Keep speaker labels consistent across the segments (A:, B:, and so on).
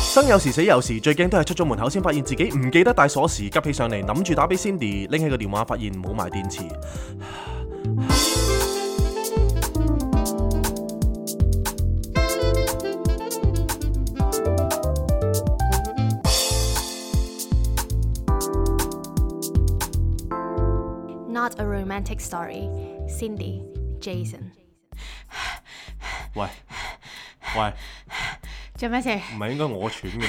A: 生有時死有時，最驚都係出咗門口先發現自己唔記得帶鎖匙，急起上嚟諗住打俾 Cindy，拎起個電話發現冇埋電池。
B: Not a romantic story. Cindy, Jason。
A: 喂喂，
B: 做咩事？
A: 唔係應該我喘嘅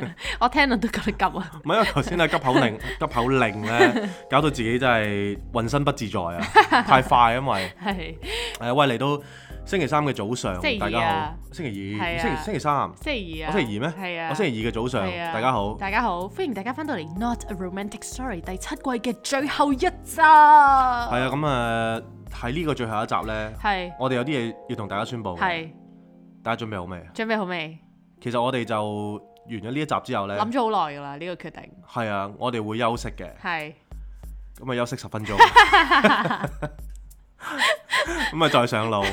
A: 咩？
B: 我聽到都覺得急啊！
A: 唔係因為頭先係急口令，急口令咧，搞到自己真係渾身不自在 啊！太快，因為
B: 係
A: 誒喂嚟到星期三嘅早上，
B: 星期
A: 大
B: 二
A: 家好
B: 啊，
A: 星期
B: 係
A: 二，
B: 啊
A: 星期星期三。
B: 星期
A: 我
B: 二啊？
A: 星期二咩？哦
B: 係啊，
A: 我星期二嘅早上，
B: 係啊
A: 大家好。
B: 大家好，歡迎大家翻到嚟《Not a Romantic Story》第七季嘅最後一集。係啊
A: 係啊，咁誒喺呢個最後一集呢，
B: 係
A: 我哋有啲嘢要同大家宣佈嘅。
B: 係，
A: 大家準備好未？啊
B: 準備好未？
A: 其實我哋就完咗呢一集之後呢，
B: 諗咗好耐㗎啦，呢個決定
A: 係啊，我哋會休息嘅，
B: 係
A: 咁啊休息十 分鐘，咁啊再上路。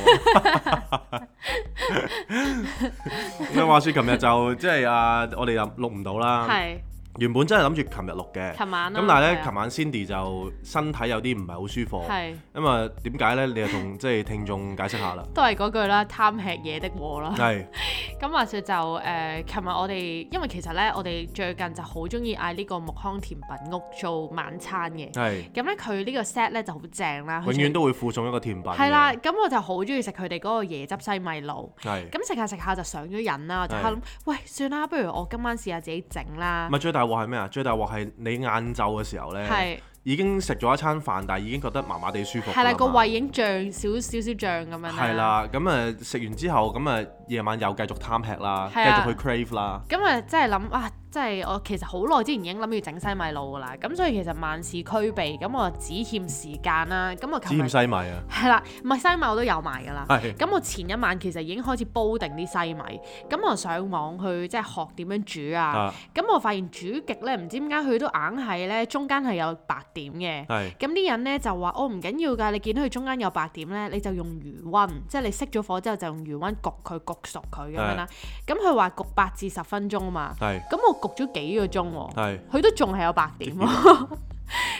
A: 咁啊話説，琴日就即係啊，我哋又錄唔到啦。
B: 係，
A: 原本真係諗住琴日錄嘅，
B: 琴晚啦
A: 咁但係
B: 係
A: 呢，
B: 啊
A: 琴晚 Cindy 就身體有啲唔係好舒服。
B: 係
A: 咁啊，點解呢？你就同即係聽眾解釋下啦。
B: 都係嗰句啦，貪吃嘢的禍啦。
A: 係
B: 咁話說就誒，呃琴、日我哋因為其實咧，我哋最近就好中意嗌呢個木糠甜品屋做晚餐嘅。
A: 係，
B: 咁咧佢呢個 set 咧就好正啦，
A: 永遠都會附送一個甜品嘅。
B: 係啦。咁我就好中意食佢哋嗰個椰汁西米露。
A: 係。
B: 咁食下食下就上咗癮啦，我就喺度諗，喂，算啦，不如我今晚試下自己整啦
A: 唔。係最大鑊係咩啊？最大鑊係你晏晝嘅時候呢，
B: 係
A: 已經食咗一餐飯，但係已經覺得麻麻地舒服。
B: 係啦，個
A: 個啊
B: 胃已啊經脹少少少脹咁樣啦。
A: 係。啦，咁誒食完之後，咁誒夜晚又繼續貪吃啦，繼
B: 係
A: 續
B: 啊
A: 去 crave 啦。
B: 咁啊，真係諗啊，真係我其實好耐之前已經諗住整西米露噶啦，咁所以其實萬事俱備，咁我只欠時間啦。咁我
A: 只
B: 琴日
A: 欠西米啊，
B: 係啦，唔係西米我都有埋㗎啦。
A: 係
B: 咁我前一晚其實已經開始煲定啲西米，咁我上網去即係學點樣煮啊。
A: 啊
B: 咁我發現煮極咧，唔知點解佢都硬係咧中間係有白點嘅。
A: 係
B: 咁啲人咧就話：哦唔緊要㗎，你見到佢中間有白點咧，你就用餘温，即係你熄咗火之後就用餘温焗佢焗熟佢咁樣啦。咁佢話焗八至十分鐘啊嘛，
A: 係
B: 咁我焗咗幾個鐘喎。
A: 係
B: 佢都仲係有白點喎。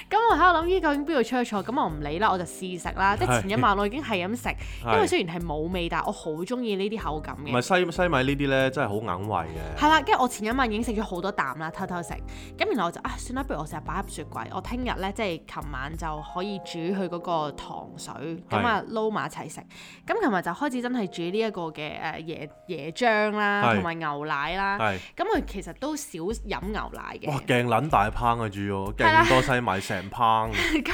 B: 咁我喺度諗，咦究竟邊度出錯？咁我唔理啦，我就試食啦。即係前一晚我已經係咁食，因為
A: 係。
B: 雖然係冇味，但係我好中意呢啲口感
A: 唔係
B: 嘅。
A: 西西米呢啲呢，真係好硬胃嘅。
B: 係啦，跟住我前一晚已經食咗好多啖啦，偷偷食。咁然後我就啊，算啦，不如我成日擺入雪櫃，我聽日呢，即係琴晚就可以煮佢嗰個糖水，咁啊撈埋一齊食。咁琴日就開始真係煮呢一個嘅誒椰椰漿啦，
A: 係
B: 同埋牛奶啦。
A: 係
B: 咁佢其實都少飲牛奶嘅。
A: 哇，勁撚大烹啊，煮咗
B: 係啦
A: 勁多西米，成烹
B: 咁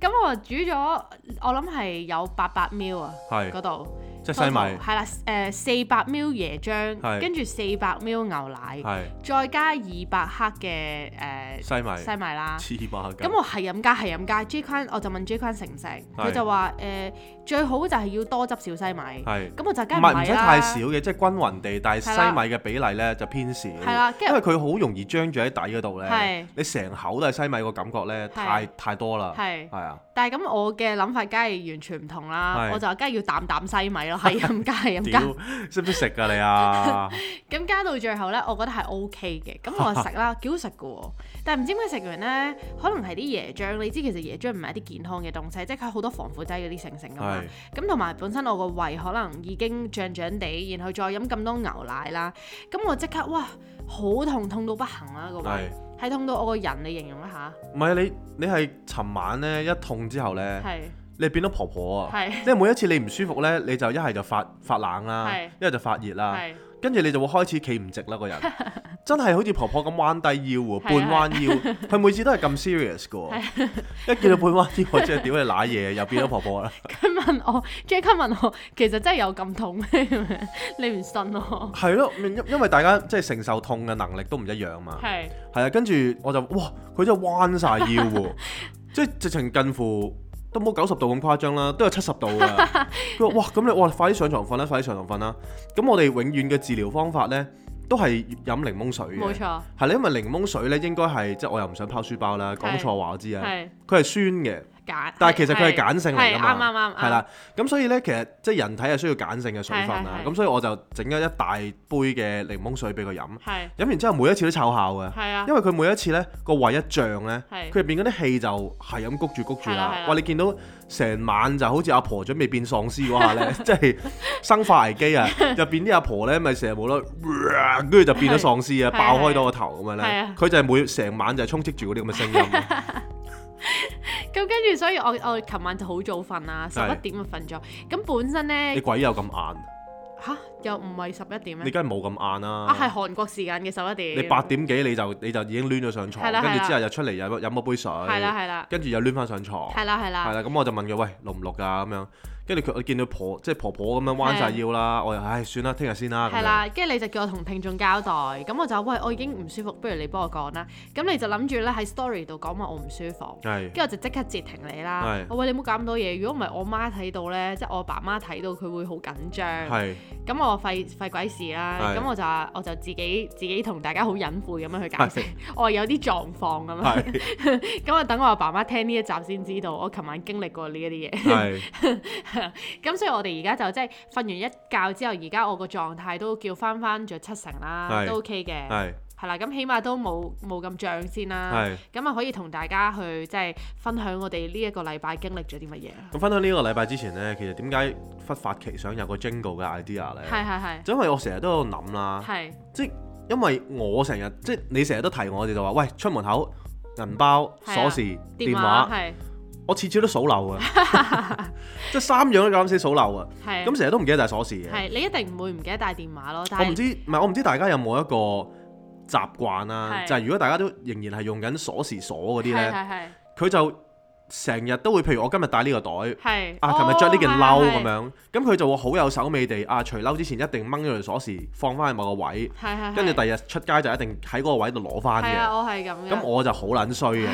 B: 咁我煮咗，我諗係有八百 ml 啊，
A: 係
B: 嗰度
A: 即係西
B: total，
A: 米
B: 係啦，誒四百 ml 椰
A: 係
B: 漿，跟住四百 ml 牛奶，
A: 係
B: 再加二百克嘅呃誒
A: 西
B: 西米啦。
A: 米黐孖筋
B: 咁。我係咁加係咁加，J 坤我就問 J 坤食唔食，佢
A: 係
B: 就話誒、呃最好就係要多汁少西米，
A: 係
B: 咁我就梗
A: 唔係
B: 係
A: 唔
B: 係
A: 使
B: 啦，
A: 太少嘅，即係均勻地，但係西
B: 係啦
A: 米嘅比例咧就偏少，
B: 係啦跟
A: 因
B: 住
A: 為佢好容易張住喺底嗰度咧
B: 係，
A: 你成口都係西米個感覺咧，太太多啦，
B: 係
A: 係啊，
B: 但係咁我嘅諗法梗係完全唔同啦
A: 係，
B: 我就梗係要啖啖西米 咯，係咁加係咁
A: 屌
B: 加。，
A: 識唔識食㗎你 啊？
B: 咁加到最後咧，我覺得係 O K 嘅，咁我 就食啦，幾好食嘅喎。但係唔知點解食完咧，可能係啲椰漿，你知其實椰漿唔係一啲健康嘅東西，即係佢好多防腐劑嗰啲成成㗎嘛
A: 係。
B: 咁同埋本身我個胃可能已經脹脹地，然後再飲咁多牛奶啦，咁我即刻哇好痛，痛到不行啦個
A: 係
B: 胃，係痛到我個人，你形容一下，
A: 唔係你你係尋晚咧一痛之後咧，
B: 係
A: 你變咗婆婆啊！
B: 係
A: 即係每一次你唔舒服咧，你就一係就發發冷啦
B: 係，
A: 一係就發熱啦，
B: 係
A: 跟住你就會開始企唔直啦個 人，真係好似婆婆咁彎低腰喎，
B: 係啊啊
A: 半彎腰， 佢每次都係咁 serious 嘅喎，一見到半彎腰我即係屌你賴嘢，又變咗婆 婆啦，
B: 佢問我 j a c 問我，其實真係有咁痛咩？ 你唔信我？
A: 係咯，因因為大家即係承受痛嘅能力都唔一樣嘛，
B: 係
A: 係啊，跟住我就哇，佢真係彎晒腰 喎，即係直情近乎。都冇九十度咁誇張啦，都有七十度 啊！佢話：哇，咁你哇，快啲上床瞓啦，快啲上床瞓啦！咁我哋永遠嘅治療方法呢，都係飲檸檬水嘅。
B: 冇錯，
A: 係啦，因為檸檬水咧應該係即係我又唔想拋書包啦，講錯話我知啊，
B: 係
A: 佢係酸嘅，
B: 揀。
A: 但係其實佢係鹼性嚟㗎嘛，
B: 係啱啱啱啱
A: 係啦。咁所以咧，其實即係人體係需要鹼性嘅水分啊。
B: 係係係
A: 咁所以我就整咗一大杯嘅檸檬水俾佢飲，
B: 係
A: 飲完之後每一次都湊效嘅。
B: 係啊
A: 因，為佢每一次咧個胃一脹咧，
B: 係
A: 佢入邊嗰啲氣就係咁谷住谷住
B: 係啦係
A: 啦
B: 啦。
A: 哇！你見到成晚就好似阿婆準備變喪屍嗰下咧， 即係生化危機啊！入邊啲阿婆咧咪成日冇得，呃跟住就變咗喪屍啊，
B: 係
A: 爆開多個頭咁樣
B: 係
A: 咧
B: 啊。
A: 佢就係每成晚就係充斥住嗰啲咁嘅聲音。
B: 咁跟住所以我我琴晚就好早瞓啦，十
A: 係
B: 一點就瞓咗。咁本身
A: 你
B: 咧
A: 鬼有咁晏？
B: 吓又唔係十一點
A: 你
B: 咩？
A: 梗係冇咁晏啦。
B: 啊係韓國時間嘅十一點。
A: 你八點幾你就你就已經攣咗上床，
B: 係啦
A: 跟
B: 係
A: 住
B: 啦
A: 之後就出嚟飲飲咗杯水，
B: 係啦係啦
A: 跟住又攣翻上床，
B: 係啦係
A: 哦係
B: 啦
A: 啦。咁我就問佢：喂，錄唔錄㗎？咁樣，跟住佢我見到婆即係婆婆咁樣彎晒
B: 係
A: 腰啦，我又唉算啦，聽日先啦咁
B: 係
A: 樣。
B: 啦，跟住你就叫我同聽眾交代，咁我就話喂我已經唔舒服，不如你幫我講啦。咁你就諗住咧喺 story 度講話我唔舒服。
A: 係
B: 跟住我就即刻截停你啦
A: 係！
B: 我話你唔好搞咁多嘢，如果唔係我媽睇到咧，即係我爸媽睇到佢會好緊張。
A: 係
B: 咁我費費鬼事啦，
A: 係
B: 咁我就話我就自己自己同大家好隱晦咁樣去解釋
A: 係，
B: 我話有啲狀況咁樣，
A: 係
B: 咁啊等我阿爸媽聽呢一集先知道，我琴晚經歷過呢一啲嘢，
A: 係
B: 咁所以我哋而家就即係瞓完一覺之後，而家我個狀態都叫翻翻咗七成啦，
A: 係
B: 都 OK 嘅，
A: 係
B: 係啦，咁起碼都冇冇咁脹先啦，
A: 係。
B: 咁啊可以同大家去即係分享我哋呢一個禮拜經歷咗啲乜嘢啦，
A: 咁翻到呢個禮拜之前呢，其實點解忽發奇想有個 jingle 嘅 idea
B: 係
A: 呢？
B: 係係
A: 就因為我成日都喺度諗啦，
B: 係
A: 即因為我成日即係你成日都提我哋就話，喂出門口銀包、
B: 係啊
A: 鎖匙、電
B: 電
A: 話
B: 話。係
A: 我次次都數 漏啊，即係三樣都夠膽死數漏啊！
B: 係
A: 咁成日都唔記得帶鎖匙嘅。
B: 係你一定唔會唔記得帶電話咯，但
A: 我唔
B: 係
A: 知，唔係我唔知大家有冇一個習慣啦，
B: 係
A: 就係如果大家都仍然係用緊鎖匙鎖嗰啲
B: 係
A: 呢，
B: 係係。
A: 佢就成日都會，譬如我今日帶呢個袋，
B: 係
A: 啊，琴日着呢件褸咁，
B: 哦
A: 樣，咁佢就會好有手尾地啊，除褸之前一定掹咗條鎖匙放翻去某個位，
B: 係係係，
A: 跟住第
B: 第
A: 二日出街就一定喺嗰個位度攞翻
B: 係啊，
A: 嘅。
B: 我係咁嘅，
A: 咁我就好撚衰 嘅，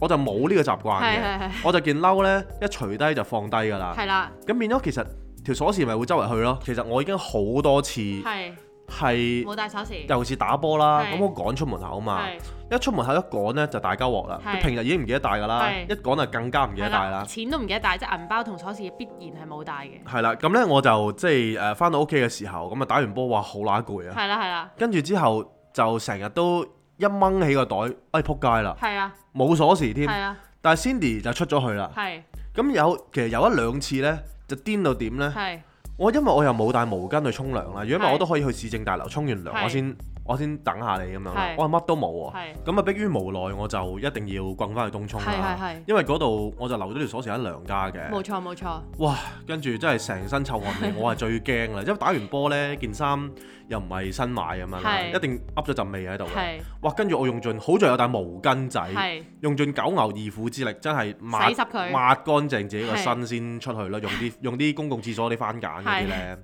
A: 我就冇呢個習慣
B: 係
A: 嘅，
B: 係係
A: 我就件褸呢，一除低就放低㗎啦。
B: 係啦，
A: 咁變咗其實條鎖匙咪會周圍去咯。其實我已經好多次
B: 係
A: 係，
B: 冇帶鎖匙，
A: 尤其是打波啦，
B: 係
A: 咁我趕出門口嘛，
B: 係
A: 一出門口一趕呢，就大家鑊啦。
B: 係
A: 平日已經唔記得帶㗎啦，
B: 係
A: 一趕就更加唔記得帶啦。
B: 錢都唔記得帶，即係銀包同鎖匙必然係冇帶嘅，
A: 係啦，咁呢，我就即係誒翻到屋企嘅時候，咁啊打完波哇好乸攰啊，
B: 係啦係啦
A: 跟住之後就成日都一掹起個袋，哎仆街啦，
B: 係啊
A: 冇鎖匙
B: 係
A: 添。
B: 啊
A: 但係 Cindy 就出咗去啦。
B: 係
A: 咁有其實有一兩次呢，就癲到點呢？
B: 係
A: 我因為我又冇帶毛巾去沖涼啦，如果唔
B: 係
A: 係我都可以去市政大樓沖完
B: 係
A: 涼，我先我先等下你咁樣啦
B: 係。
A: 我係乜都冇喎，
B: 係
A: 咁啊迫於無奈我就一定要棍翻去東涌
B: 係係
A: 啦，
B: 係，
A: 因為嗰度我就留咗條鎖匙喺娘家
B: 冇
A: 嘅。
B: 錯冇錯，
A: 哇！跟住真係成身臭汗味，我係最驚啦，因為打完波呢，件衫又唔係新買咁樣啦，
B: 係
A: 一定噏咗陣味喺度嘅。
B: 係
A: 哇！跟住我用盡，好在有帶毛巾仔，
B: 係
A: 用盡九牛二虎之力，真係抹
B: 洗濕佢
A: 抹乾淨自己個身先出去咯，用啲用啲公共廁所啲番梘嗰啲咧，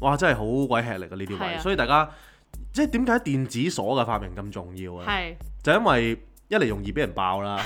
A: 哇！真係好鬼吃力啊呢啲
B: 係
A: 位，
B: 啊
A: 所以大家即係點解電子鎖嘅發明咁重要啊？
B: 係
A: 就因為一嚟容易俾人爆 啦，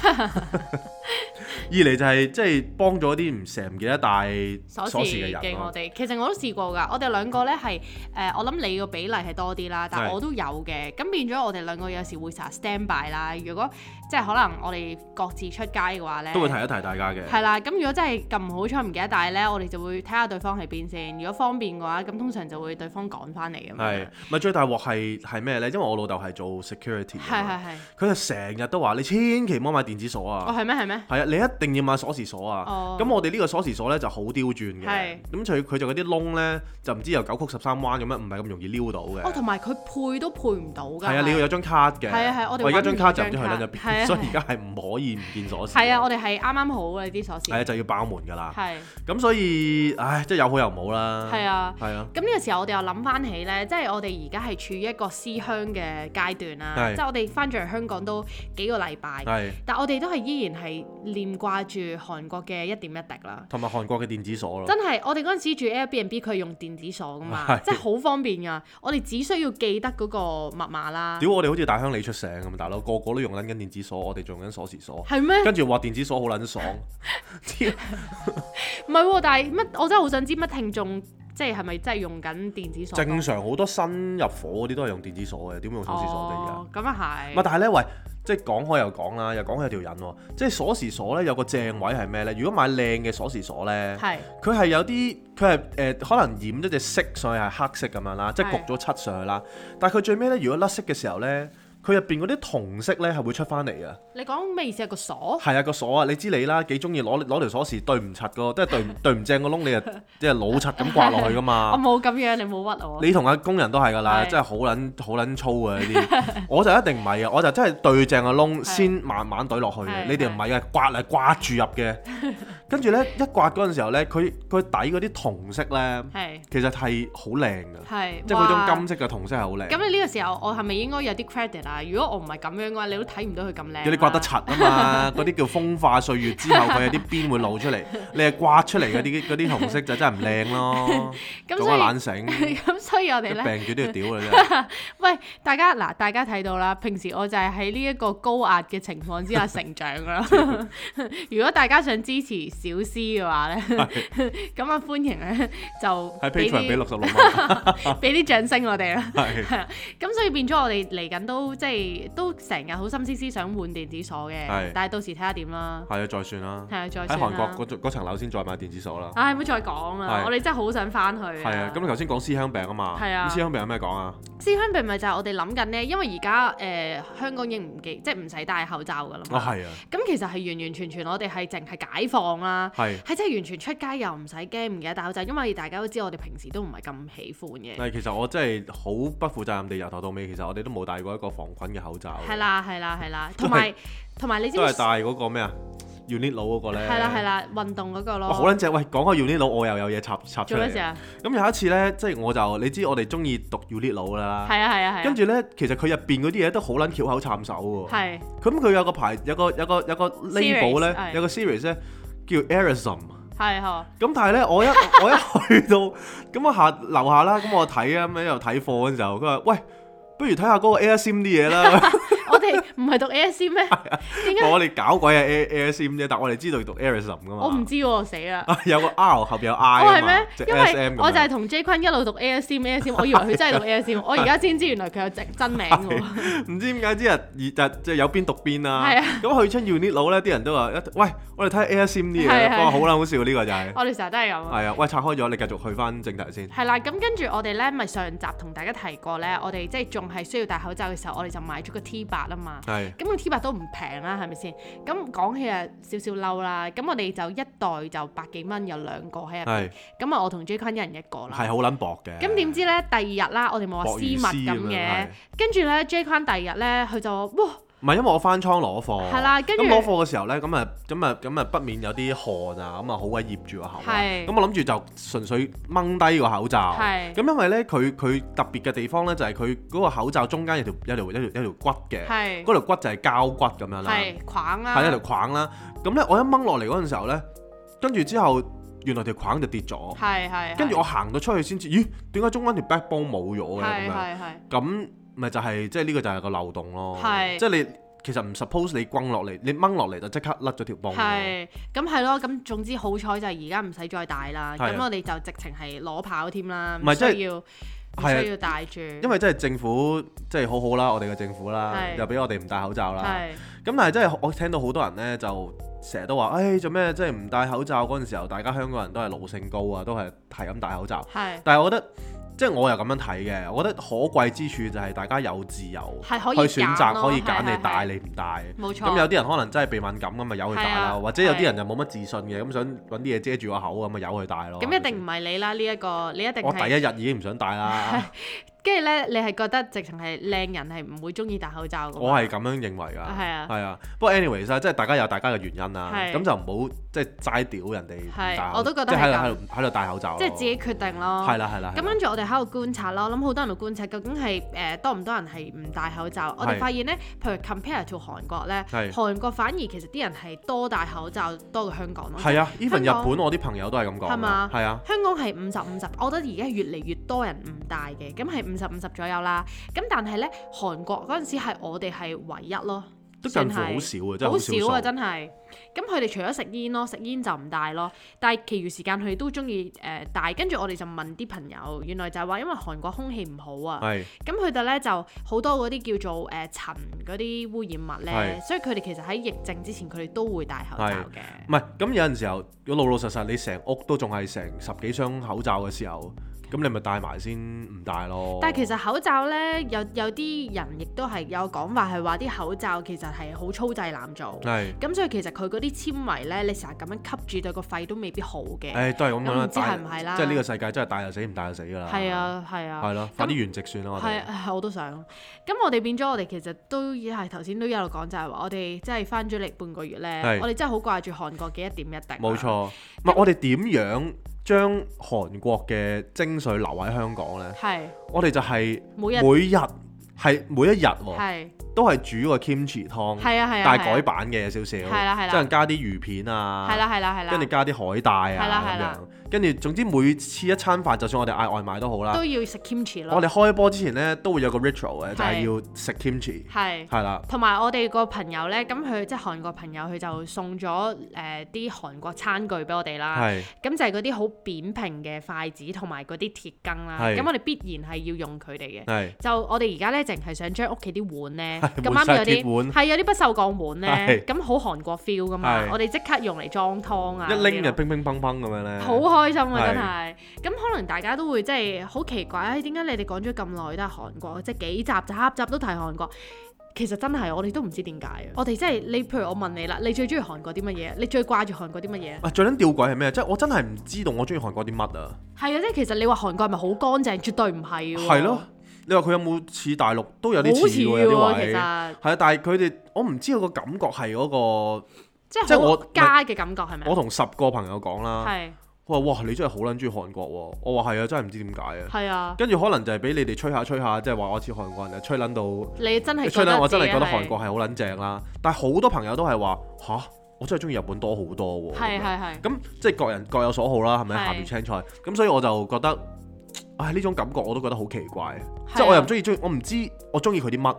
A: 二嚟就係即係幫咗啲唔成日唔記得帶
B: 鎖
A: 鎖
B: 匙
A: 匙嘅人啊
B: 嘅我
A: 咯，
B: 哋，其實我都試過㗎。我哋兩個咧係誒，我諗你個比例係多啲啦，但
A: 係
B: 我都有嘅。咁變咗我哋兩個有時會成日 stand by 啦。如果即係可能我哋各自出街嘅話咧，
A: 都會提一提大家嘅。
B: 係啦。咁如果真係咁唔好彩唔記得帶咧，我哋就會睇下對方喺邊先。如果方便嘅話，咁通常就會對方趕翻嚟咁樣。
A: 係，咪最大鑊係係咩呢？因為我老豆係做 security，㗎
B: 係
A: 嘛
B: 係係。
A: 佢就成日都話你千祈唔好買電子鎖啊。
B: 哦，係咩係咩？
A: 係啊，你一定要買鎖匙鎖啊！
B: 哦
A: 咁、我哋呢個鎖匙鎖咧就好刁鑽
B: 係
A: 嘅，咁佢佢就嗰啲窿咧就唔知有九曲十三彎咁樣，唔係咁容易撩到
B: 哦，
A: 嘅。
B: 同埋佢配都配唔到㗎。
A: 係啊，你要有張卡嘅。
B: 係啊係我哋
A: 而家張卡就唔
B: 搵唔
A: 知去
B: 到
A: 撚咗
B: 張卡係啊
A: 邊，所以而家係唔可以唔見鎖匙。
B: 係啊，我哋係啱啱好嘅呢啲鎖
A: 係啊，
B: 匙。
A: 就要爆門㗎啦。
B: 係
A: 咁所以，唉，即係有好有唔好啦。
B: 係啊。
A: 係啊，
B: 咁呢個時候我哋又諗翻起呢，即係我哋而家係處於一個思鄉嘅階段啦，
A: 係
B: 即係我哋翻咗嚟香港都幾個禮拜，
A: 係
B: 但我哋都係依然係念掛住韓國嘅一點一滴啦。
A: 同埋韓國嘅電子鎖咯。
B: 真係，我哋嗰陣時住 Airbnb，佢係用電子鎖噶嘛，
A: 哦係
B: 即係好方便噶。我哋只需要記得嗰個密碼啦。
A: 屌，我哋好似大鄉里出醒咁，大佬個個都用緊緊電子鎖，我哋仲用緊鎖匙鎖。
B: 係咩？
A: 跟住話電子鎖好撚 爽，屌
B: 唔係喎，但係乜？我真係好想知乜聽眾即係係咪真係用緊電子鎖？
A: 正常好多新入伙嗰啲都係用電子鎖嘅，點會用鎖匙鎖嘅而家？
B: 哦，咁啊
A: 唔係，
B: 係。
A: 但係咧，喂，即係講開又講啦，又講起條癮喎。即係鎖匙鎖咧有個正位係咩咧？如果買靚嘅鎖匙鎖咧，
B: 係
A: 佢係有啲佢係呃誒可能染咗隻色上去係黑色咁樣啦，即係
B: 係
A: 焗咗漆上去啦。但係佢最尾咧，如果甩色嘅時候咧，佢入邊嗰啲銅色咧係會出翻嚟嘅。
B: 你講咩意思啊？個鎖
A: 係啊，個鎖啊，你知你啦，幾中意攞攞條鎖匙對唔柒個，即係對 唔對唔正個窿，你就即係老柒咁刮落去噶
B: 我
A: 嘛。
B: 冇咁樣，你冇屈 我。
A: 啊 你同阿工人都係㗎啦，
B: 係
A: 真係好撚好撚粗啊！呢 啲，我就一定唔係啊，我就真係對正個窿
B: 係
A: 先慢慢對落去嘅。
B: 係
A: 你哋唔係嘅，啊刮係刮住入嘅。 跟住咧，一刮嗰陣時候咧，佢佢底嗰啲銅色咧，
B: 係
A: 其實係好靚㗎，
B: 係
A: 即係嗰
B: 哇
A: 種金色嘅銅色係好靚。
B: 咁你呢個時候，我係咪應該有啲 credit 啊？如果我唔係咁樣嘅話，你都睇唔到佢咁靚。
A: 有啲刮得，柒啊 嘛，嗰啲叫風化歲月之後，佢有啲邊會露出嚟，你係刮出嚟嗰啲嗰啲紅色就真係唔靚咯，
B: 咁
A: 做
B: 所
A: 下
B: 以
A: 懶 醒，
B: 咁所以我哋
A: 病
B: 咧，
A: 住都要屌啦真 係，
B: 喂，大家嗱，大家睇到啦，平時我就係喺呢一個高壓嘅情況之下成長啦。 如果大家想支持小詩嘅話咧，咁啊歡迎咧就
A: 喺
B: 俾
A: Patreon 俾
B: 啲
A: 六 啊十六蚊，
B: 俾啲掌聲我哋啦。
A: 係
B: 係啊，咁所以變咗我哋嚟緊都即係都成日好心思思想換電子鎖
A: 係
B: 嘅，但係到時睇下點啦。
A: 係啊，再算啦，
B: 係啊，再
A: 喺
B: 算啦
A: 韓國嗰嗰層樓先再買電子鎖啦，
B: 唉，唔好再講啦
A: 係，
B: 我哋真係好想翻去。係
A: 係啊，咁你頭先講思鄉病啊嘛，
B: 係啊
A: 咁思鄉病有咩講啊？
B: 思鄉病咪就係我哋諗緊呢，因為而家誒香港已經唔記，即係唔使戴口罩噶啦
A: 啊
B: 嘛。
A: 係啊，
B: 咁其實係完完全全我哋係淨係解放啦，
A: 係，
B: 係真係完全出街又唔使驚唔記得戴口罩，因為大家都知我哋平時都唔係咁喜歡嘅。
A: 但係其實我真係好不負責任地由頭到尾，其實我哋都冇戴過一個防菌嘅口罩，
B: 係啦係啦係啦，
A: 都係
B: 同埋同埋你知
A: 都
B: 唔
A: 係
B: 知
A: 戴？嗰個咩啊，unit 佬嗰個咧，
B: 係啦係啦，運動嗰個咯。
A: 哇，好撚正！喂，講開 unit 佬，我又有嘢插插出
B: 做咩事
A: 嚟。
B: 啊？
A: 咁有一次呢，即係我就你知我哋中意讀 unit 佬啦。
B: 係啊係啊係
A: 跟
B: 啊。
A: 住呢，其實佢入邊嗰啲嘢都好撚翹口插手喎。
B: 係
A: 咁佢有個牌，有個有個有個 label 呢，
B: 係
A: 有個 series 呢，叫 Aerism。
B: 係呵，
A: 咁但係呢， 我一我一去到咁我下樓下啦，咁我睇啊，咁又睇貨嗰陣時候，佢話：喂，不如睇下嗰個 Airsim 啲嘢 啦。
B: 我哋唔係讀 ASC 咩？點解
A: 我哋搞鬼啊 Air Airsim 啫，但我哋知道讀 Aerism 噶嘛。
B: 我唔知喎？死啦！
A: 啊 有個 R 後邊有 I
B: 我
A: 啊
B: 哦係
A: 嘛
B: 咩，
A: 即？
B: 因
A: ASM
B: 為
A: 咁
B: 我就
A: 樣
B: 係同 J 坤一路讀 ASM ASM，我以為佢真係 讀 ASM，我而家先知原來佢有真真名嘅喎。
A: 唔知點解啲人而就即係有邊讀邊啦、
B: 係啊
A: 咁去親 unit 佬咧，啲人都話：一喂，我哋睇 ASM 啲
B: 係
A: 嘢
B: 係
A: 啦，哇，好撚好笑呢個就係、
B: 我哋成日都係咁啊。
A: 係啊，喂，拆開咗，你繼續去翻正題先。
B: 係啦，咁跟住我哋咧，咪上集同大家提過咧，我哋即係仲係需要戴口罩嘅時候，我哋就買咗個 T 八啊嘛。
A: 係
B: 咁個 T 八都唔平啦，係咪先？咁講起啊，少少嬲啦。咁我哋就一袋就百幾蚊，有兩個喺入邊。
A: 係
B: 咁啊，我同 J 坤一人一個
A: 係
B: 啦。
A: 好撚薄嘅。
B: 咁點知咧？第二日啦，我哋冇話
A: 薄
B: 私
A: 如
B: 密
A: 絲
B: 咁
A: 咁樣
B: 嘅
A: 係。
B: 跟住咧，J 坤第二日咧，佢就話：哇！
A: 唔係因為我翻倉攞貨，
B: 係啦跟住
A: 哦咁攞貨嘅時候咧，咁啊咁啊咁啊不免有啲汗啊，咁啊好鬼醃住個口啊。
B: 係
A: 咁我諗住就純粹掹低個口罩。
B: 係
A: 咁因為咧，佢佢特別嘅地方咧，就係佢嗰個口罩中間有條有條有條有條骨嘅，
B: 係
A: 嗰條骨就係膠骨咁樣啦。
B: 係啊框啦，
A: 係一條框啦。咁咧，我一掹落嚟嗰陣時候咧，跟住之後原來條框就跌咗，
B: 係係，
A: 跟住我行到出去先知，咦？點解中間條 backbone 冇咗嘅
B: 係
A: 咁樣？
B: 係係
A: 咁咪就係即係呢個就係個漏洞咯。
B: 係
A: 即係你其實唔 suppose 你轟落嚟，你掹落嚟就即刻甩咗條泵。
B: 係咁係咯，咁總之好彩就係而家唔使再戴啦，
A: 係啊
B: 咁我哋就直情係攞跑添啦，
A: 唔
B: 唔
A: 係即係
B: 需要唔
A: 係啊
B: 需要戴住，
A: 因
B: 因
A: 為真係政府即係好好啦，我哋嘅政府啦，
B: 係
A: 又俾我哋唔戴口罩啦。
B: 係
A: 咁但係真係我聽到好多人呢，就成日都話，誒做咩即係唔戴口罩嗰陣時候，大家香港人都係老性高啊，都係係咁戴口罩。
B: 係
A: 但係我覺得，即係我又咁樣睇嘅，我覺得可貴之處就係大家有自由
B: 係
A: 去
B: 可以
A: 選擇，
B: 咯
A: 可以揀
B: 係
A: 你
B: 係
A: 戴
B: 係
A: 你唔戴。
B: 冇錯，
A: 咁有啲人可能真係鼻敏感咁咪由佢戴
B: 係
A: 啦，
B: 啊
A: 或者有啲人就冇乜自信嘅，咁想揾啲嘢遮住個口咁咪由佢戴咯。
B: 咁一
A: 係咪
B: 定唔係你啦，呢一個你一定
A: 哦先我第一
B: 係，
A: 日已經唔想戴啦，
B: 跟住咧你係覺得直情係靚人係唔會中意戴口罩嘅，
A: 我係咁樣認為㗎。
B: 係啊
A: 係啊，不過 anyways 啦，即係大家有大家嘅原因啦，
B: 係
A: 咁就唔好即係齋屌人哋唔戴
B: 係
A: 口，
B: 我都覺得
A: 即喺
B: 係
A: 度喺
B: 咁
A: 度喺度戴口罩咯，
B: 即係自己決定咯，
A: 哦係啦係啦，係啦
B: 咁跟住我哋喺度觀察啦，我諗好多人度觀察究竟係誒、呃多唔多人係唔戴口罩。我哋
A: 係
B: 發現呢，譬如 compare to 韓國呢，
A: 係
B: 韓國反而其實啲人係多戴口罩多過香港咯。
A: 係啊，even
B: 香港
A: 日本我啲朋友都係咁講㗎，
B: 係嘛
A: 係啊，
B: 香港係五十五十，我覺得而家越嚟越多人唔戴嘅，咁係五十五十左右啦。咁但係呢，韓國嗰陣時係我哋係唯一咯，
A: 都近
B: 算
A: 乎好少啊，真係
B: 好
A: 好少
B: 少啊，
A: 數。
B: 真係。咁佢哋除咗食煙咯，食煙就唔帶咯，但係其餘時間佢哋都中意誒帶。跟住我哋就問啲朋友，原來就係話因為韓國空氣唔好啊，
A: 係
B: 咁佢哋咧就好多嗰啲叫做誒塵嗰啲污染物咧，
A: 係
B: 所以佢哋其實喺疫症之前佢哋都會戴口罩嘅。
A: 唔係咁有陣時候，如果老老實實你成屋都仲係成十幾箱口罩嘅時候，咁你咪戴埋先唔戴咯。
B: 但係其實口罩咧，有有啲人亦都係有講法係話啲口罩其實係好粗製濫造，
A: 係
B: 咁所以其實佢嗰啲纖維咧，你成日咁樣吸住對個肺都未必好嘅。
A: 誒都係咁樣
B: 咁
A: 啦，
B: 唔知
A: 戴
B: 係唔係啦
A: 即係呢個世界真係戴就死，唔戴就死㗎啦。
B: 係，啊，係啊，
A: 係咯，快啲原籍算啦，我
B: 係
A: 哋
B: 啊，我都想。咁我哋變咗，我哋其實都已係頭先都一路講，就係話我哋真係翻咗嚟半個月咧，
A: 係
B: 我哋真係好掛住韓國嘅一點一滴。啊
A: 冇。錯。唔係我哋點樣將韓國嘅精髓留喺香港呢？
B: 係
A: 我哋就係
B: 每日
A: 每日係每一日喎，
B: 係
A: 都係煮個 kimchi 湯，
B: 係啊係啊，
A: 但係
B: 係啊
A: 改版嘅有少少，
B: 係啦係啦
A: 即係加啲魚片啊，
B: 係啦係啦係啦，
A: 跟住加啲海帶
B: 係啦
A: 啊
B: 係
A: 咁
B: 啦
A: 樣，跟住總之每次一餐飯，就算我哋嗌外賣都好啦
B: 都，要食 kimchi 咯。
A: 啊我哋開波之前呢，都會有個 ritual 嘅，就
B: 係
A: 係要食 kimchi，
B: 係。
A: 係啦，
B: 同埋我哋個朋友呢，咁佢即係韓國朋友，佢就送咗誒啲韓國餐具俾我哋啦。
A: 係
B: 咁就係嗰啲好扁平嘅筷子同埋嗰啲鐵羹啦。
A: 係
B: 咁我哋必然係要用佢哋嘅。
A: 係
B: 就我哋而家呢，淨係想將屋企啲 碗呢，
A: 係
B: 咁
A: 換
B: 啱
A: 晒鐵
B: 有啲
A: 碗
B: 係有啲不鏽鋼碗呢，
A: 係
B: 咁好韓國 feel 噶嘛。
A: 係
B: 我哋即刻用嚟裝湯啊，
A: 一拎就啊
B: 嗰啲咯
A: 乒乒乓乓咁樣呢。
B: 好開心啊！真係，咁可能大家都會即係好奇怪，唉點解你哋講咗咁耐都係韓國，即係幾集集集都提韓國？其實真係我哋都唔知點解啊！我哋真係你，譬如我問你啦，你最中意韓國啲乜嘢？你最掛住韓國啲乜嘢？
A: 啊！最撚吊鬼係咩？即係我真係唔知道我中意韓國啲乜啊！
B: 係啊，即係其實你話韓國係咪好乾淨？絕對唔係喎。
A: 係咯，，你話佢有冇似大陸都有
B: 好
A: 啲似
B: 似
A: 喎，有啲
B: 喎，
A: 位
B: 其
A: 係啊！
B: 實
A: 但係佢哋我唔知道個感覺係嗰個，
B: 即
A: 即
B: 係
A: 係
B: 好
A: 我
B: 家嘅感覺係咪
A: 我？同十個朋友講啦，
B: 啊係
A: 我話哇你真係好撚中意韓國喎，我話係啊，真係唔知點解啊！
B: 係啊，
A: 跟住可能就係俾你哋吹下吹下，即係話我似韓國人啊，吹撚到
B: 你真係
A: 吹撚，我真
B: 係
A: 係覺得韓國係好撚正啦。但係好多朋友都係話吓，我真係中意日本多好多喎。
B: 係
A: 咁樣
B: 係係
A: 咁即係各人各有所好啦，係咪
B: 係
A: 鹹魚青菜？咁所以我就覺得，唉呢種感覺我都覺得好奇怪，
B: 啊
A: 即係我又唔中意中，我唔知我中意佢啲乜，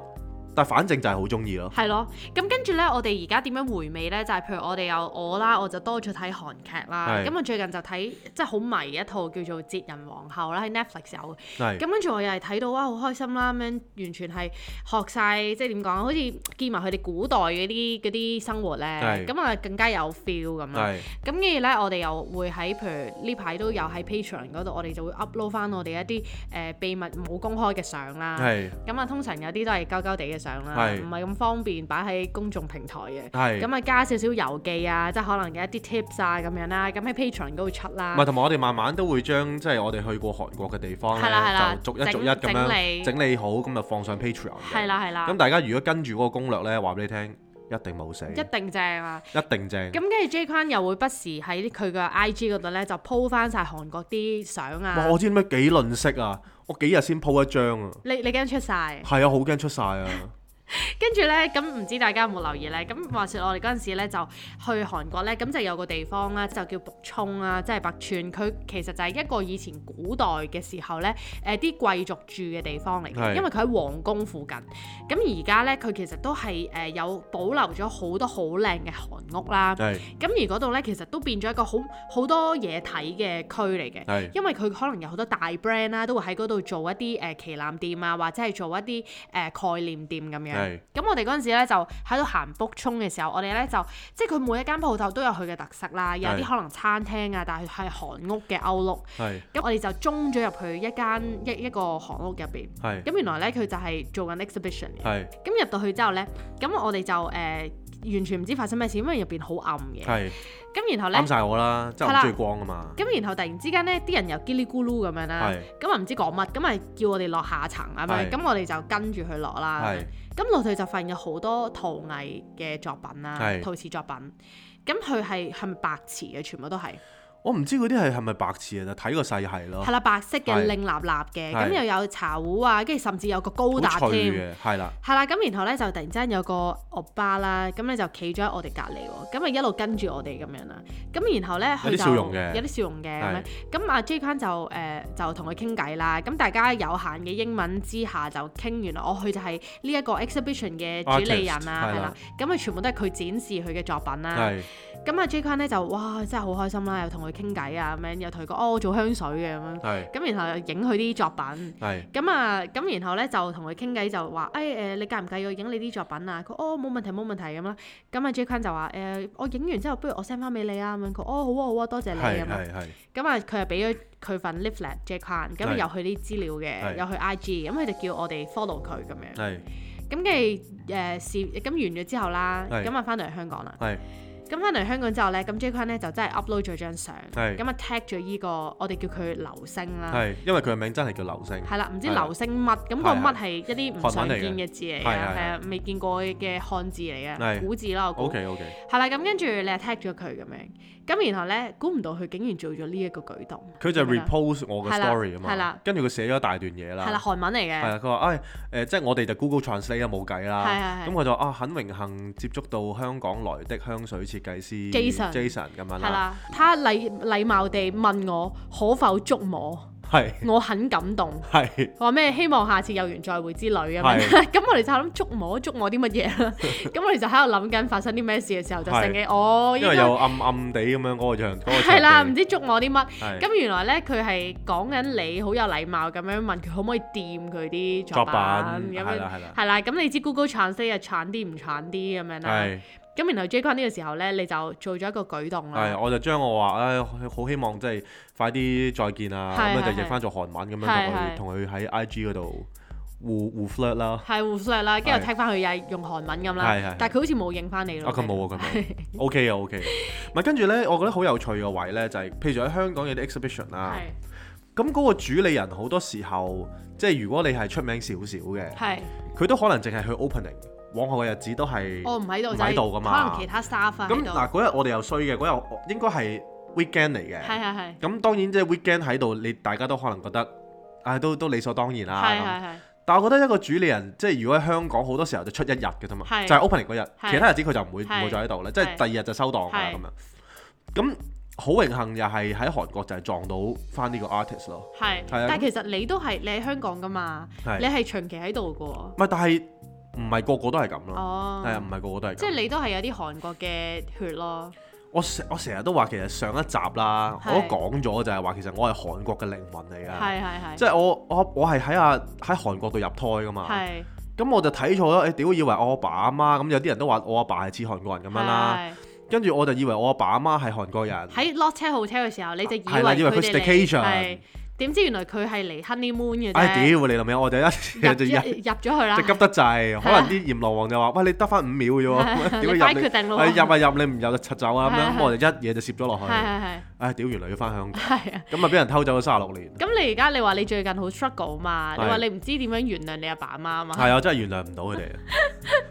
A: 但係反正就係好中意咯。
B: 係咯，咁跟住呢，我哋而家點樣回味呢？就係、譬如我哋有我啦，我就多咗睇韓劇啦。
A: 係
B: 咁我最近就睇即係好迷一套叫做《哲人皇后》啦，喺 Netflix 有。
A: 係
B: 咁跟住我又係睇到哇，好開心啦！咁樣完全係學晒，即係點講，好似見埋佢哋古代嗰啲嗰啲生活呢，
A: 係
B: 咁啊更加有 feel 咁啦。
A: 係
B: 咁跟住呢，我哋又會喺譬如呢排都有喺 Patreon 嗰度，我哋就會 upload 翻我哋一啲誒、呃秘密冇公開嘅相啦。
A: 係
B: 咁啊，通常有啲都係鳩鳩地嘅相啦，
A: 係
B: 唔係咁方便擺喺公眾平台嘅。
A: 係。
B: 咁啊，加少少郵寄啊，即係可能嘅一啲 tips 啊咁樣啦，咁喺 Patreon 嗰度出啦
A: 唔係，。同埋我哋慢慢都會將即係我哋去過韓國嘅地方
B: 係啦係啦
A: 咧，就逐一
B: 整
A: 逐一咁
B: 整理
A: 樣整理好，咁就放上 Patreon 嘅。
B: 係啦係啦
A: 咁，大家如果跟住嗰個攻略咧，話俾你聽，一定冇死，
B: 一定正啊！
A: 一定正。
B: 咁跟住 J Kwan 又會不時喺佢嘅 IG 嗰度咧，就 po 翻晒韓國啲相
A: 哇！
B: 啊
A: 我。知咩幾吝嗇啊，我幾日先 po 一張啊，
B: 你你驚出晒？
A: 係啊，好驚出晒 啊！
B: 跟住咧，咁唔知大家有冇留意咧？咁話說我哋嗰陣時咧就去韓國咧，咁就有個地方啦，就叫북촌啦，即係北川。佢其實就係一個以前古代嘅時候咧，誒啲貴族住嘅地方嚟嘅，
A: 係
B: 因為佢喺皇宮附近。咁而家咧，佢其實都係誒有保留咗好多好靚嘅韓屋啦。
A: 係
B: 咁而嗰度咧，其實都變咗一個好好多嘢睇嘅區嚟嘅。
A: 係
B: 因為佢可能有好多大 brand 啦，都會喺嗰度做一啲誒、呃旗艦店啊，或者係做一啲誒、呃概念店咁樣。
A: 係
B: 咁我哋嗰陣時咧就喺度行 book 衝嘅時候，我哋咧就即係佢每一間鋪頭都有佢嘅特色啦，有啲
A: 係
B: 可能餐廳啊，但係係韓屋嘅 outlook。
A: 係
B: 咁我哋就中咗入去一間一一個韓屋入邊。
A: 係
B: 咁原來咧佢就係做緊 exhibition 嘅。
A: 係
B: 咁入到去之後咧，咁我哋就誒、呃完全唔知發生咩事，因為入邊好暗嘅。
A: 係
B: 咁然後咧
A: 啱。晒我啦，即係
B: 係
A: 我唔
B: 啦
A: 中意光啊嘛，
B: 咁然後突然之間咧，啲人又叽哩咕嚕咁樣啦
A: 係，
B: 咁啊唔知講乜，咁啊叫我哋落下層咁樣，
A: 係
B: 咁我哋就跟住佢落啦
A: 係。
B: 咁落去就發現有好多陶藝嘅作品啦，
A: 係
B: 陶瓷作品。咁佢係係咪白瓷嘅？全部都係
A: 我唔知嗰啲係係咪白痴啊，就睇個細係咯
B: 係，啦，白色嘅
A: 係
B: 令立立嘅，
A: 係
B: 咁又有茶壺啊，跟住甚至有個高達
A: 好脆
B: 添。
A: 嘅，係啦，
B: 係啦，咁然後咧就突然之間有個惡巴啦，咁咧就企咗喺我哋隔離喎，咁啊一路跟住我哋咁樣啦，咁然後咧佢
A: 有啲
B: 就
A: 笑容嘅
B: 有啲笑容嘅咁樣
A: 係，
B: 咁阿 J 君就誒、呃就同佢傾偈啦，咁大家有限嘅英文之下就傾完啦，我佢就係呢一個 exhibition 嘅主理人啊，
A: Artist，
B: 係
A: 係
B: 啦
A: 啦，
B: 咁佢全部都係佢展示佢嘅作品啦。
A: 係
B: 咁啊 J 君咧就哇真係好開心啦，又同佢傾偈啊咁樣，又同佢講哦我做香水嘅咁樣，
A: 係
B: 咁然後又影佢啲作品。
A: 係
B: 咁啊，咁然後咧就同佢傾偈就話，誒、哎、誒、你介唔介意我影你啲作品啊？佢哦冇問題冇問題咁啦。咁啊 J n 就話誒、我影完之後不如我 send 翻俾你啊咁樣。佢哦好啊好啊，多謝你
A: 係
B: 咁樣。
A: 係係
B: 咁啊佢又俾咗佢份 leaflet J n 咁啊
A: 係
B: 有佢啲資料嘅，
A: 係
B: 有佢 IG，咁佢就叫我哋 follow 佢咁樣。
A: 係
B: 咁跟住誒試咁完咗之後啦，
A: 係
B: 咁啊翻到嚟香港啦。
A: 係
B: 咁翻嚟香港之後咧，咁 J n 咧就真係 upload 咗張相，
A: 係
B: 咁啊 tag 咗依個我哋叫佢流星啦。
A: 係，因為佢嘅名真係叫流星，
B: 係啦，唔知
A: 係啦
B: 流星乜咁個
A: 係係
B: 乜係一啲唔常見嘅字嚟嘅，
A: 韓文嚟嘅係係
B: 係啊，未見過嘅漢字嚟嘅，
A: 係
B: 古字啦，我估
A: OK OK，
B: 係啦。咁跟住你係 tag 咗佢咁樣，咁然後咧，估唔到佢竟然做咗呢一個舉動，
A: 佢就
B: 咁樣
A: repost 我嘅
B: 係啦
A: story 啊
B: 係
A: 嘛
B: 啦，
A: 跟住佢寫咗一大段嘢
B: 係啦，
A: 啦，
B: 韓文嚟
A: 係
B: 嘅，
A: 啊，佢話誒誒，即係我哋就 Google Translate 啦，冇計啦，
B: 係係係
A: 咁佢就啊很榮幸接觸到香港來的香水設計師
B: Jason
A: Jason 咁樣
B: 係
A: 啦，
B: 啦，他禮禮貌地問我可否觸 摸，
A: 係
B: 我很感動。
A: 係。
B: 話咩？希望下次有緣再會之類咁樣， 咁我哋就諗觸摸觸摸啲乜嘢 啦。咁我哋就喺度諗緊發生啲咩事嘅時候，就醒起哦，應
A: 因為
B: 該
A: 又暗暗地咁樣嗰個場，嗰個場
B: 係啦，
A: 地
B: 唔知觸摸啲乜。
A: 係
B: 咁原來咧，佢係講緊你好有禮貌咁樣問佢可唔可以掂佢啲作
A: 作
B: 品
A: 品
B: 咁
A: 係
B: 樣
A: 啦係啦，
B: 係啦。咁你知 Google Translate 係慘啲唔慘啲咁樣啦。
A: 係
B: 咁然後 J Con 呢個時候咧，你就做咗一個舉動啦
A: 係，。我就將我話唉，好希望即係快啲再見啊，
B: 係
A: 咁
B: 係
A: 樣就譯翻做韓文咁
B: 係
A: 樣
B: 係
A: 同佢同佢喺 IG 嗰度互互 flirt 啦。
B: 係互相啦，跟住
A: 係
B: 踢翻佢又係用韓文咁
A: 係
B: 啦
A: 係，
B: 但係佢好似冇應翻你咯。
A: 啊，佢冇啊，佢冇。O K 啊，O K。唔係跟住咧，我覺得好有趣嘅位咧，就係譬如喺香港有啲 exhibition 啦，
B: 係
A: 咁嗰個主理人好多時候，即係如果你係出名少少嘅，
B: 係，
A: 佢都可能淨係去 opening，往後嘅日子都係
B: 我唔喺度，
A: 唔喺度㗎嘛
B: 可能其他 staff 啊
A: 咁
B: 哦喺度。
A: 嗱，
B: 係
A: 嗰日我哋又衰嘅，嗰日我應該係 weekend 嚟嘅。
B: 係係
A: 咁當然即係 weekend 喺度，你大家都可能覺得，唉、都都理所當然
B: 係
A: 啦。咁
B: 係
A: 但我覺得一個主理人，即係如果喺香港好多時候就出一日嘅啫嘛，
B: 係
A: 就係 opening 嗰日，
B: 係
A: 其他日子佢就唔會唔
B: 係
A: 會再喺度啦，即係
B: 係
A: 第二日就收檔啦
B: 係
A: 咁樣。咁好榮幸又係喺韓國就係撞到翻呢個 artist 咯，
B: 係。
A: 係啊
B: 但係其實你都係你喺香港㗎嘛，你
A: 係。
B: 係長期喺度㗎
A: 唔係，但係唔係個個都係咁
B: 喎。
A: 咯，
B: 哦。
A: 係啊，唔係個個都係
B: 即
A: 咁。
B: 係你都係有啲韓國嘅血咯，
A: 我成我成日都話其實上一集啦，我
B: 係
A: 都講咗就係話其實我係韓國嘅靈魂嚟㗎。
B: 係係
A: 即
B: 係，
A: 係我我我係喺啊喺韓國度入胎噶嘛，
B: 係
A: 咁我就睇錯咗，誒屌以為我阿爸阿媽咁，有啲人都話我阿爸係似韓國人咁樣啦，
B: 係
A: 跟住我就以為我阿爸阿媽係韓國人，
B: 喺落車 hotel 嘅時候，你就以
A: 係啦以為
B: 為
A: 佢
B: 佢哋嚟
A: staycation
B: 係點知原來佢係嚟 honeymoon 嘅
A: 唉
B: 啫，
A: 屌你諗咩？我哋
B: 入
A: 一 就一
B: 咗入咗去啦
A: 就，急得滯，可能啲閻羅王就話：喂你得翻五秒啫喎，
B: 啊你
A: 屌
B: 快
A: 入
B: 決
A: 你。
B: 定咯
A: 係
B: 喎，
A: 入啊入，你唔入就柒走啊咁
B: 係係
A: 樣，咁我就一嘢就攝咗落去。
B: 係啊係
A: 唉，屌原來要翻香港，
B: 係係啊！
A: 咁啊俾人偷走咗三十六年。
B: 咁你而家你話你最近好 struggle 嘛？你
A: 係
B: 話你唔知點樣原諒你阿爸阿媽啊嘛？
A: 係啊，真係原諒唔到佢哋。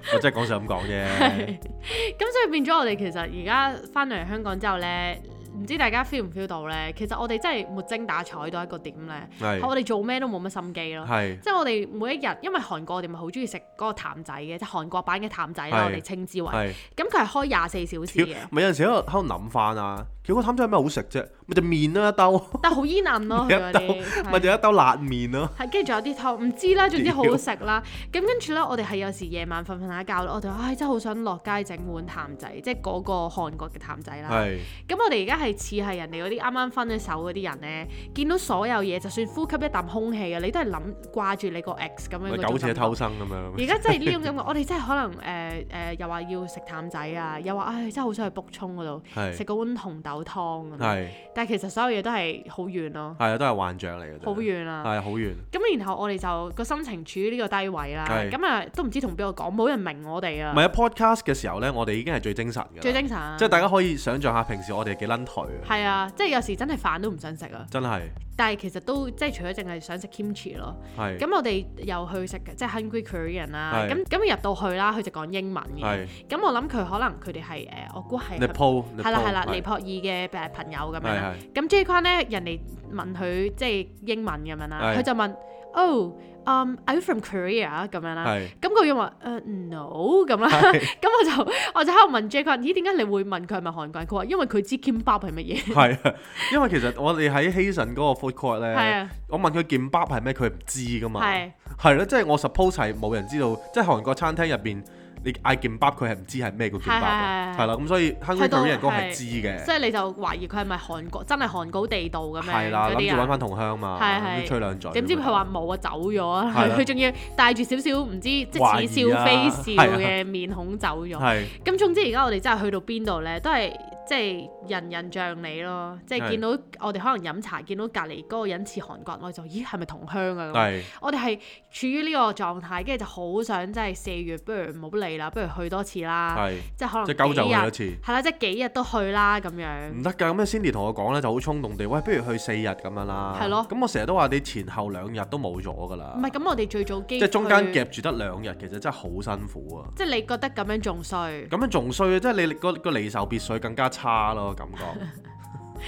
A: 我真係講笑咁講啫。
B: 咁所以變咗我哋其實而家翻嚟香港之後咧，唔知大家 feel 唔 feel 到咧？其實我哋真係沒精打采到一個點咧，
A: 係
B: 我哋做咩都冇乜心機咯。
A: 係
B: 即係我哋每一日，因為韓國我哋咪好中意食嗰個譚仔嘅，即係韓國版嘅譚仔啦，
A: 係
B: 我哋稱之為。
A: 係。
B: 咁佢係開廿四小時
A: 屌，
B: 嘅，
A: 咪有陣時喺度喺度諗翻啊！其實個譚仔有咩好食啫？咪就麵啦、一兜，
B: 但係好煙韌咯，
A: 一
B: 佢嗰
A: 兜
B: 啲係
A: 咪就一兜辣麵咯。
B: 係跟住仲有啲湯，唔知 啦，總之好好食啦。咁跟住咧，我哋係有時夜晚瞓瞓下覺啦，我哋話唉真係好想落街整碗譚仔，即係嗰個韓國嘅譚仔啦。
A: 係
B: 咁我哋而家係似係人哋嗰啲啱啱分咗手嗰啲人咧，見到所有嘢，就算呼吸一啖空氣啊，你都係諗掛住你個 ex 咁樣嗰種
A: 苟且
B: 感覺
A: 偷生咁樣。
B: 而家真係呢種感覺，我哋真係可能誒誒、又話要食淡仔啊，又話唉，真係好想去卜葱嗰度
A: 係
B: 食嗰碗紅豆湯咁。
A: 係
B: 但係其實所有嘢都係好遠咯，
A: 係啊，都係幻象嚟嘅啫。
B: 好遠啊。
A: 係好遠。
B: 咁然後我哋就個心情處於呢個低位啦。
A: 係
B: 咁啊，都唔知同邊個講，冇人明我哋
A: 唔
B: 啊。
A: 係啊，podcast 嘅時候咧，我哋已經係最精神嘅啦。
B: 最精神啊，
A: 即係大家可以想象下，平時我哋幾撚頹佢啊，
B: 係啊，即係有時真係飯都唔想食啊，
A: 真係
B: 但係其實都即係除咗淨係想食 kimchi 咯。
A: 係
B: 咁我哋又去食即係 Hungry Korean 啦，
A: 係
B: 咁咁入到去啦，佢就講英文嘅。
A: 係
B: 咁我諗佢可能佢哋係誒，我估係
A: Nepal
B: 係啦係啦，尼
A: 係
B: 泊爾嘅誒朋友咁樣啦。
A: 係
B: 咁 J 坤咧，人哋問佢即係英文咁樣啦，
A: 係
B: 佢就問：Oh，um, are you from Korea？咁樣啦。
A: 係
B: 咁佢又話：誒、no 咁啦。
A: 係
B: 咁我就我就喺度問 J 坤：咦，點解你會問佢係咪韓國人？佢話：因為佢知 kimbap 係乜嘢。
A: 係 啊，因為其實我哋喺希慎嗰個 food court
B: 係
A: 咧
B: 啊，
A: 我問佢劍巴係咩，佢唔知噶嘛，
B: 係
A: 係咯，即係我 suppose 係冇人知道，即係韓國餐廳入邊你嗌劍巴，佢係唔知係咩叫劍巴
B: 係係係
A: 嘅，係啦，咁所以 Hungry
B: 去到
A: Korean 人嗰個係
B: 係
A: 知嘅
B: 即。係你就懷疑佢係咪韓國真係韓高地道咁樣
A: 係啦，
B: 嗰
A: 諗
B: 啲
A: 住揾
B: 啊？
A: 翻同鄉嘛，
B: 係係
A: 咁吹兩嘴咁樣。
B: 點知佢話冇啊，走咗啊！
A: 係啦
B: 佢仲要帶住少少唔知即
A: 懷
B: 係似
A: 疑
B: 笑
A: 啊
B: 非笑
A: 係啊
B: 嘅面孔走咗。
A: 係
B: 咁總之而家我哋真係去到邊度呢，都係即係人人像你咯，即
A: 係
B: 係見到我哋可能飲茶見到隔離嗰個人似韓國人，我哋就咦係咪同鄉啊？咁
A: 係
B: 我哋係處於呢個狀態，跟住就好想即係四月，不如唔好理啦，不如去多次啦，
A: 係，
B: 即係可能
A: 即係鳩就
B: 幾
A: 去一
B: 日
A: 次。
B: 係啦，即係幾日都去啦咁樣，
A: 唔得㗎，咁啊 Cindy 同我講咧就好衝動地，喂，不如去四日咁樣啦。
B: 係咯
A: 咁我成日都話你前後兩日都冇咗㗎啦
B: 唔，係咁我哋最早機
A: 即係中間
B: 去，
A: 夾住得兩日，其實真係好辛苦啊。
B: 即係你覺得咁樣仲衰，
A: 咁樣仲衰啊！即係你個個離愁別緒更加差咯，感 覺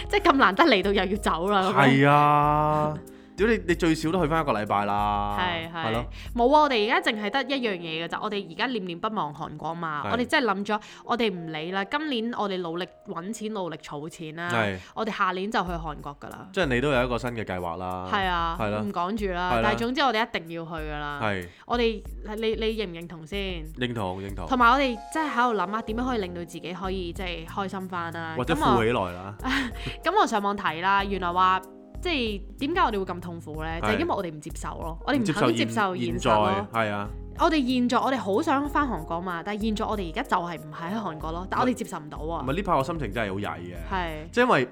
B: 即係咁難得嚟到又要走啦咁樣。
A: 係啊！屌你你最少都去翻一個禮拜啦，
B: 係
A: 啊係
B: 係
A: 咯，
B: 冇啊！我哋而家淨係得一樣嘢嘅咋，我哋而家念念不忘韓國嘛，
A: 係
B: 我哋真係諗咗，我哋唔理啦。今年我哋努力揾錢，努力儲錢啦
A: 係，
B: 我哋下年就去韓國㗎啦。
A: 即係你都有一個新嘅計劃啦，
B: 係啊
A: 係啦，
B: 唔講住
A: 係
B: 啦
A: 啦。
B: 但係總之我哋一定要去㗎啦。
A: 係
B: 我哋你你認唔認同先？
A: 認同認同，
B: 同埋我哋真係喺度諗啊，點樣可以令到自己可以即係開心翻啦？
A: 或者
B: 咁我啊
A: 富起來啦，
B: 咁我上網睇啦，原來話即係點解我哋會咁痛苦呢？就係
A: 係
B: 因為我哋唔接受咯，我哋唔
A: 接
B: 肯接
A: 現
B: 受現
A: 現
B: 實
A: 在
B: 咯。
A: 係啊，
B: 我哋現在我哋好想翻韓國嘛，但係現在我哋而家就係唔係喺韓國咯，但我哋接受唔到
A: 唔
B: 啊，
A: 係呢排我心情真係好曳嘅，
B: 係
A: 即係因為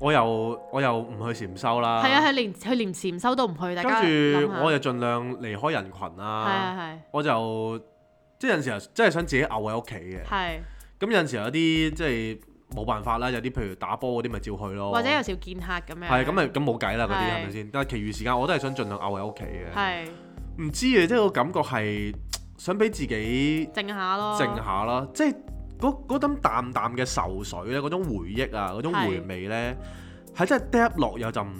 A: 我又我又唔去禪修啦，
B: 係啊，佢連佢連禪修都唔去，大
A: 跟
B: 家
A: 住
B: 諗下啊
A: 我又啊盡量離開人群啦，
B: 係
A: 我就即係有陣時候真係想自己漚喺屋企嘅
B: 係係，係，
A: 咁有陣時候有啲即係冇辦法啦，有啲譬如打波嗰啲咪照去咯，
B: 或者有時要見客咁樣，
A: 哦係咁咪咁冇計啦嗰啲
B: 係
A: 係咪先？但係其餘時間我都係想盡量漚喺屋企嘅，
B: 係
A: 唔知啊，即係個感覺係想俾自己
B: 靜下咯，
A: 靜啊下
B: 啊
A: 啦，即係嗰嗰種淡淡嘅愁緒咧，嗰種回憶啊，嗰種
B: 係
A: 回味咧，係真係嗒落又就唔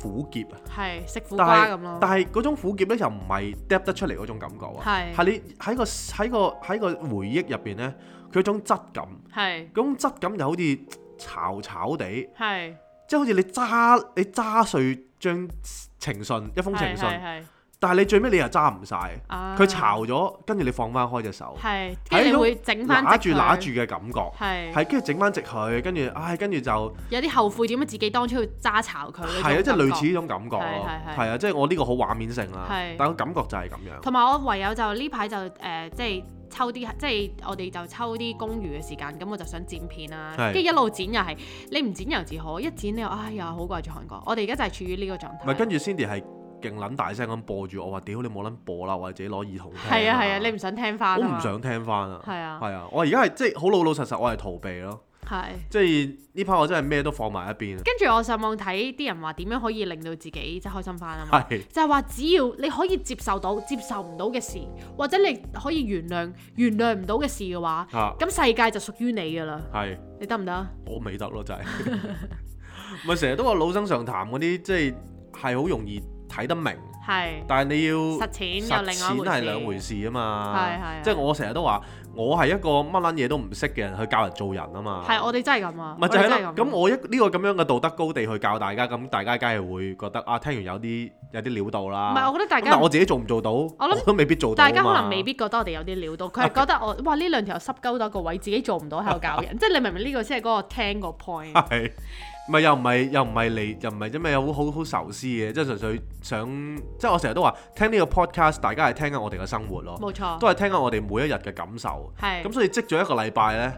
A: 苦澀啊！
B: 係食苦
A: 但
B: 瓜
A: 係
B: 咁咯，
A: 但係嗰種苦澀咧又唔係嗒得出嚟嗰種感覺啊，
B: 係
A: 係你喺個喺個喺個回憶入邊咧，佢有種質感，
B: 係
A: 嗰種質感就好似巢巢地，
B: 係
A: 即係好似你揸你揸碎張情信一封情
B: 係
A: 信，
B: 係係
A: 但係你最尾你又揸唔晒，
B: 啊
A: 佢巢咗，跟住你放翻開隻手。
B: 係，
A: 係
B: 跟
A: 一
B: 住你
A: 種
B: 會整翻
A: 揦住揦住嘅感覺，
B: 係
A: 係跟住整翻直佢，跟住唉，跟住就
B: 有啲後悔點解自己當初要揸巢佢，
A: 係啊，即係類似呢種感覺
B: 係
A: 咯
B: 係，係
A: 係啊，即係我呢個好畫面性啦
B: 係，
A: 但個感覺就係咁樣，
B: 同埋我唯有就呢排就誒、呃即係抽啲，即係我哋就抽啲公餘嘅時間，咁我就想剪片啦，
A: 係
B: 跟住一路剪又係，你唔剪又自可，一剪你又唉又好掛住韓國，我哋而家就係處於呢個狀
A: 唔係
B: 態。
A: 跟住 Cindy 係勁撚大聲咁播住我話，屌你冇撚播啦，或者自己攞耳筒聽
B: 係啊係啊，你唔想聽翻
A: 我唔想聽翻啊，
B: 係啊
A: 係啊，我而家係即係好老老實實，我係逃避咯，
B: 係。
A: 即係呢排我真係咩都放埋一邊，
B: 跟住我上網睇啲人話點樣可以令到自己即係開心翻啊嘛，
A: 係
B: 就係話只要你可以接受到接受唔到嘅事，或者你可以原諒原諒唔到嘅事嘅話，
A: 嚇
B: 咁世界就屬於你㗎啦，
A: 啊係。
B: 你得唔得啊？
A: 我未得咯， 就係咪成日都話老生常談嗰啲，即係係好容易睇得明，
B: 係
A: 但係你要
B: 實踐又另
A: 實踐
B: 外
A: 係
B: 一
A: 兩回
B: 回事。
A: 事啊嘛。
B: 係係係
A: 即係我成日都話，我係一個乜撚嘢都唔識嘅人去教人做人啊嘛。
B: 係，我哋真係咁啊！
A: 咪就
B: 係
A: 係咯。咁我一呢個咁樣嘅道德高地去教大家，咁大家梗係會覺得啊，聽完有啲有啲料到啦。
B: 唔係，我覺得大
A: 啊咁但
B: 家
A: 我自己做唔做到，我
B: 諗
A: 都未必做到啊
B: 大
A: 嘛。啊
B: 家可能 未必覺得我哋有啲料到，佢係覺得我哇呢兩條濕鳩到個位，自己做唔到喺度教 人，即係你明唔明呢個先係嗰個聽個 point？
A: 係，咪又唔係又唔係嚟，又唔係因為有好好好仇思嘅，即係純粹想，即係我成日都話聽呢個 podcast，大家係聽緊我哋嘅生活咯，
B: 冇錯，
A: 都係聽緊我哋每一日嘅感受。
B: 係
A: 咁所以積咗一個禮拜呢，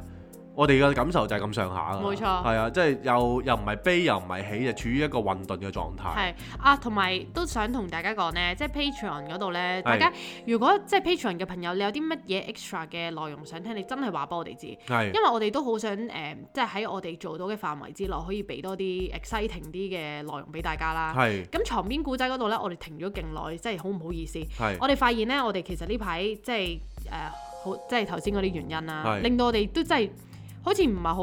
A: 我哋嘅感受就係咁上下㗎啦
B: 冇錯
A: 係啊，即係又又唔係悲又唔係喜，就處於一個混沌嘅狀態。
B: 係啊，同埋都想同大家講呢，即係 Patreon 嗰度呢，
A: 係
B: 大家如果即係 Patreon 嘅朋友，你有啲乜嘢 extra 嘅內容想聽，你真係話俾我哋知，因
A: 係
B: 為我哋都好想誒、即係喺我哋做到嘅範圍之內，可以俾多啲 exciting 啲嘅內容俾大家啦。
A: 係
B: 咁床邊故仔嗰度呢，我哋停咗勁耐，真係好唔好意思。
A: 係
B: 我哋發現呢，我哋其實呢排即係誒、好，即係頭先嗰啲原因啦，
A: 係
B: 令到我哋都真係好似唔係好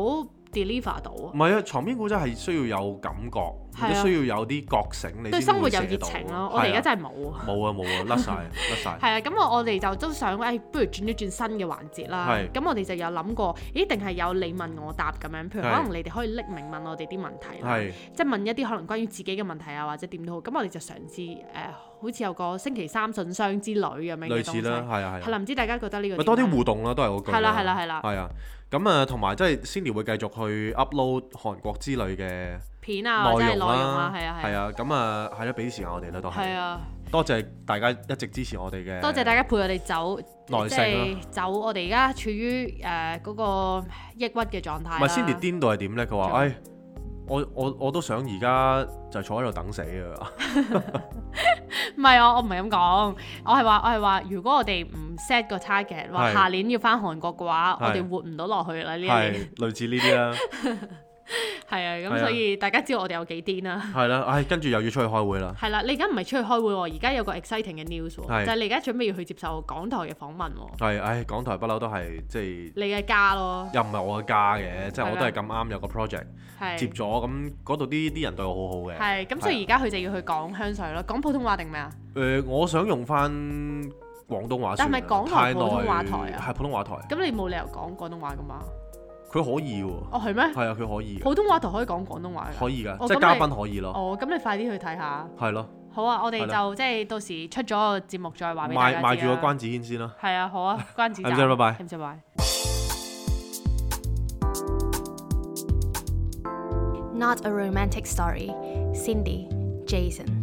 B: deliver 到啊
A: 唔係啊？床邊古仔係需要有感覺，
B: 係啊
A: 你都需要有啲覺醒，你
B: 對
A: 先
B: 生活
A: 會
B: 有熱
A: 寫到
B: 情咯。我哋而家真係冇啊。
A: 係啊冇啊冇啊，甩晒 甩晒。
B: 係啊，咁我我哋就都想，誒、哎不如轉一轉新嘅環節啦。
A: 係
B: 咁我哋就有諗過，咦，定係有你問我答咁樣？譬如
A: 係
B: 可能你哋可以匿名問我哋啲問題啦，
A: 係
B: 即係問一啲可能關於自己嘅問題啊，或者點都好。咁我哋就嘗試誒、呃好似有個星期三信箱之旅咁樣嘅
A: 類
B: 東
A: 似
B: 西。
A: 啦，係啊
B: 係
A: 係啊。
B: 啦，唔知大家覺得呢個
A: 咪多
B: 點
A: 啲
B: 樣
A: 互動啦，都係嗰句。
B: 係啦係啦係啦
A: 係啊，咁啊，同埋即係 Cindy 會繼續去 upload 韓國之類嘅
B: 片啊，或者係
A: 內
B: 內
A: 容
B: 容啊
A: 啦，，
B: 係啊
A: 係
B: 係啊，
A: 啊，咁啊，係啦，俾啲時間我哋啦，都
B: 係
A: 係。
B: 啊，
A: 多謝大家一直支持我哋嘅。
B: 多謝大家陪我哋走，
A: 耐
B: 即
A: 性啊啦
B: 係走。我哋而家處於誒嗰個抑鬱嘅狀態啦。
A: 唔係 Cindy 癲到係點咧？佢
B: 做
A: 話：，唉，我我我都想而家就坐喺度等死啊！
B: 唔係啊，我唔係咁講，我係話我係話，如果我哋唔 set 個 target，話
A: 係
B: 下年要翻韓國嘅話，
A: 係
B: 我哋活唔到落去啦呢一年。
A: 係類似呢啲 啦，
B: 係啊，
A: 係
B: 咁
A: 啊
B: 所以大家知道我哋有幾癲啦。
A: 係啦，唉，跟住又要出去開會啦，
B: 係啦，你而家唔係出去開會喎，而家有個 exciting 嘅 news 喎，
A: 係
B: 就係你而家準備要去接受港台嘅訪問喎，
A: 係唉，港台不嬲都係即係
B: 你嘅家咯，
A: 又唔係我嘅家嘅，即係我都係咁啱有個 project 接啊
B: 係
A: 咗，咁嗰度啲啲人對我好好嘅。
B: 係咁，所以而家佢就要去講香水咯，講普通話定咩啊？
A: 誒，我想用翻廣東話算
B: 但係咪
A: 啦
B: 港
A: 太
B: 台普通話
A: 耐
B: 台啊
A: 係普通話台，
B: 咁你冇理由講廣東話噶嘛？
A: 佢可以喎，
B: 哦，係咩？
A: 係啊，佢可以嘅，
B: 普通話台可以講廣東話
A: 可
B: 㗎？
A: 以㗎，
B: 哦
A: 即
B: 咁
A: 係嘉
B: 你
A: 賓可以咯，
B: 哦，咁你快啲去睇下。
A: 係咯，
B: 好啊，我哋
A: 係啦
B: 就即係到時出咗個節目再話俾大
A: 賣賣
B: 家知啊
A: 住
B: 啦
A: 個關子軒先啦，
B: 係啊，好啊，關子
A: 係唔該，拜
B: 站，
A: 拜。
B: 唔使拜。
C: Not a romantic story. Cindy, Jason.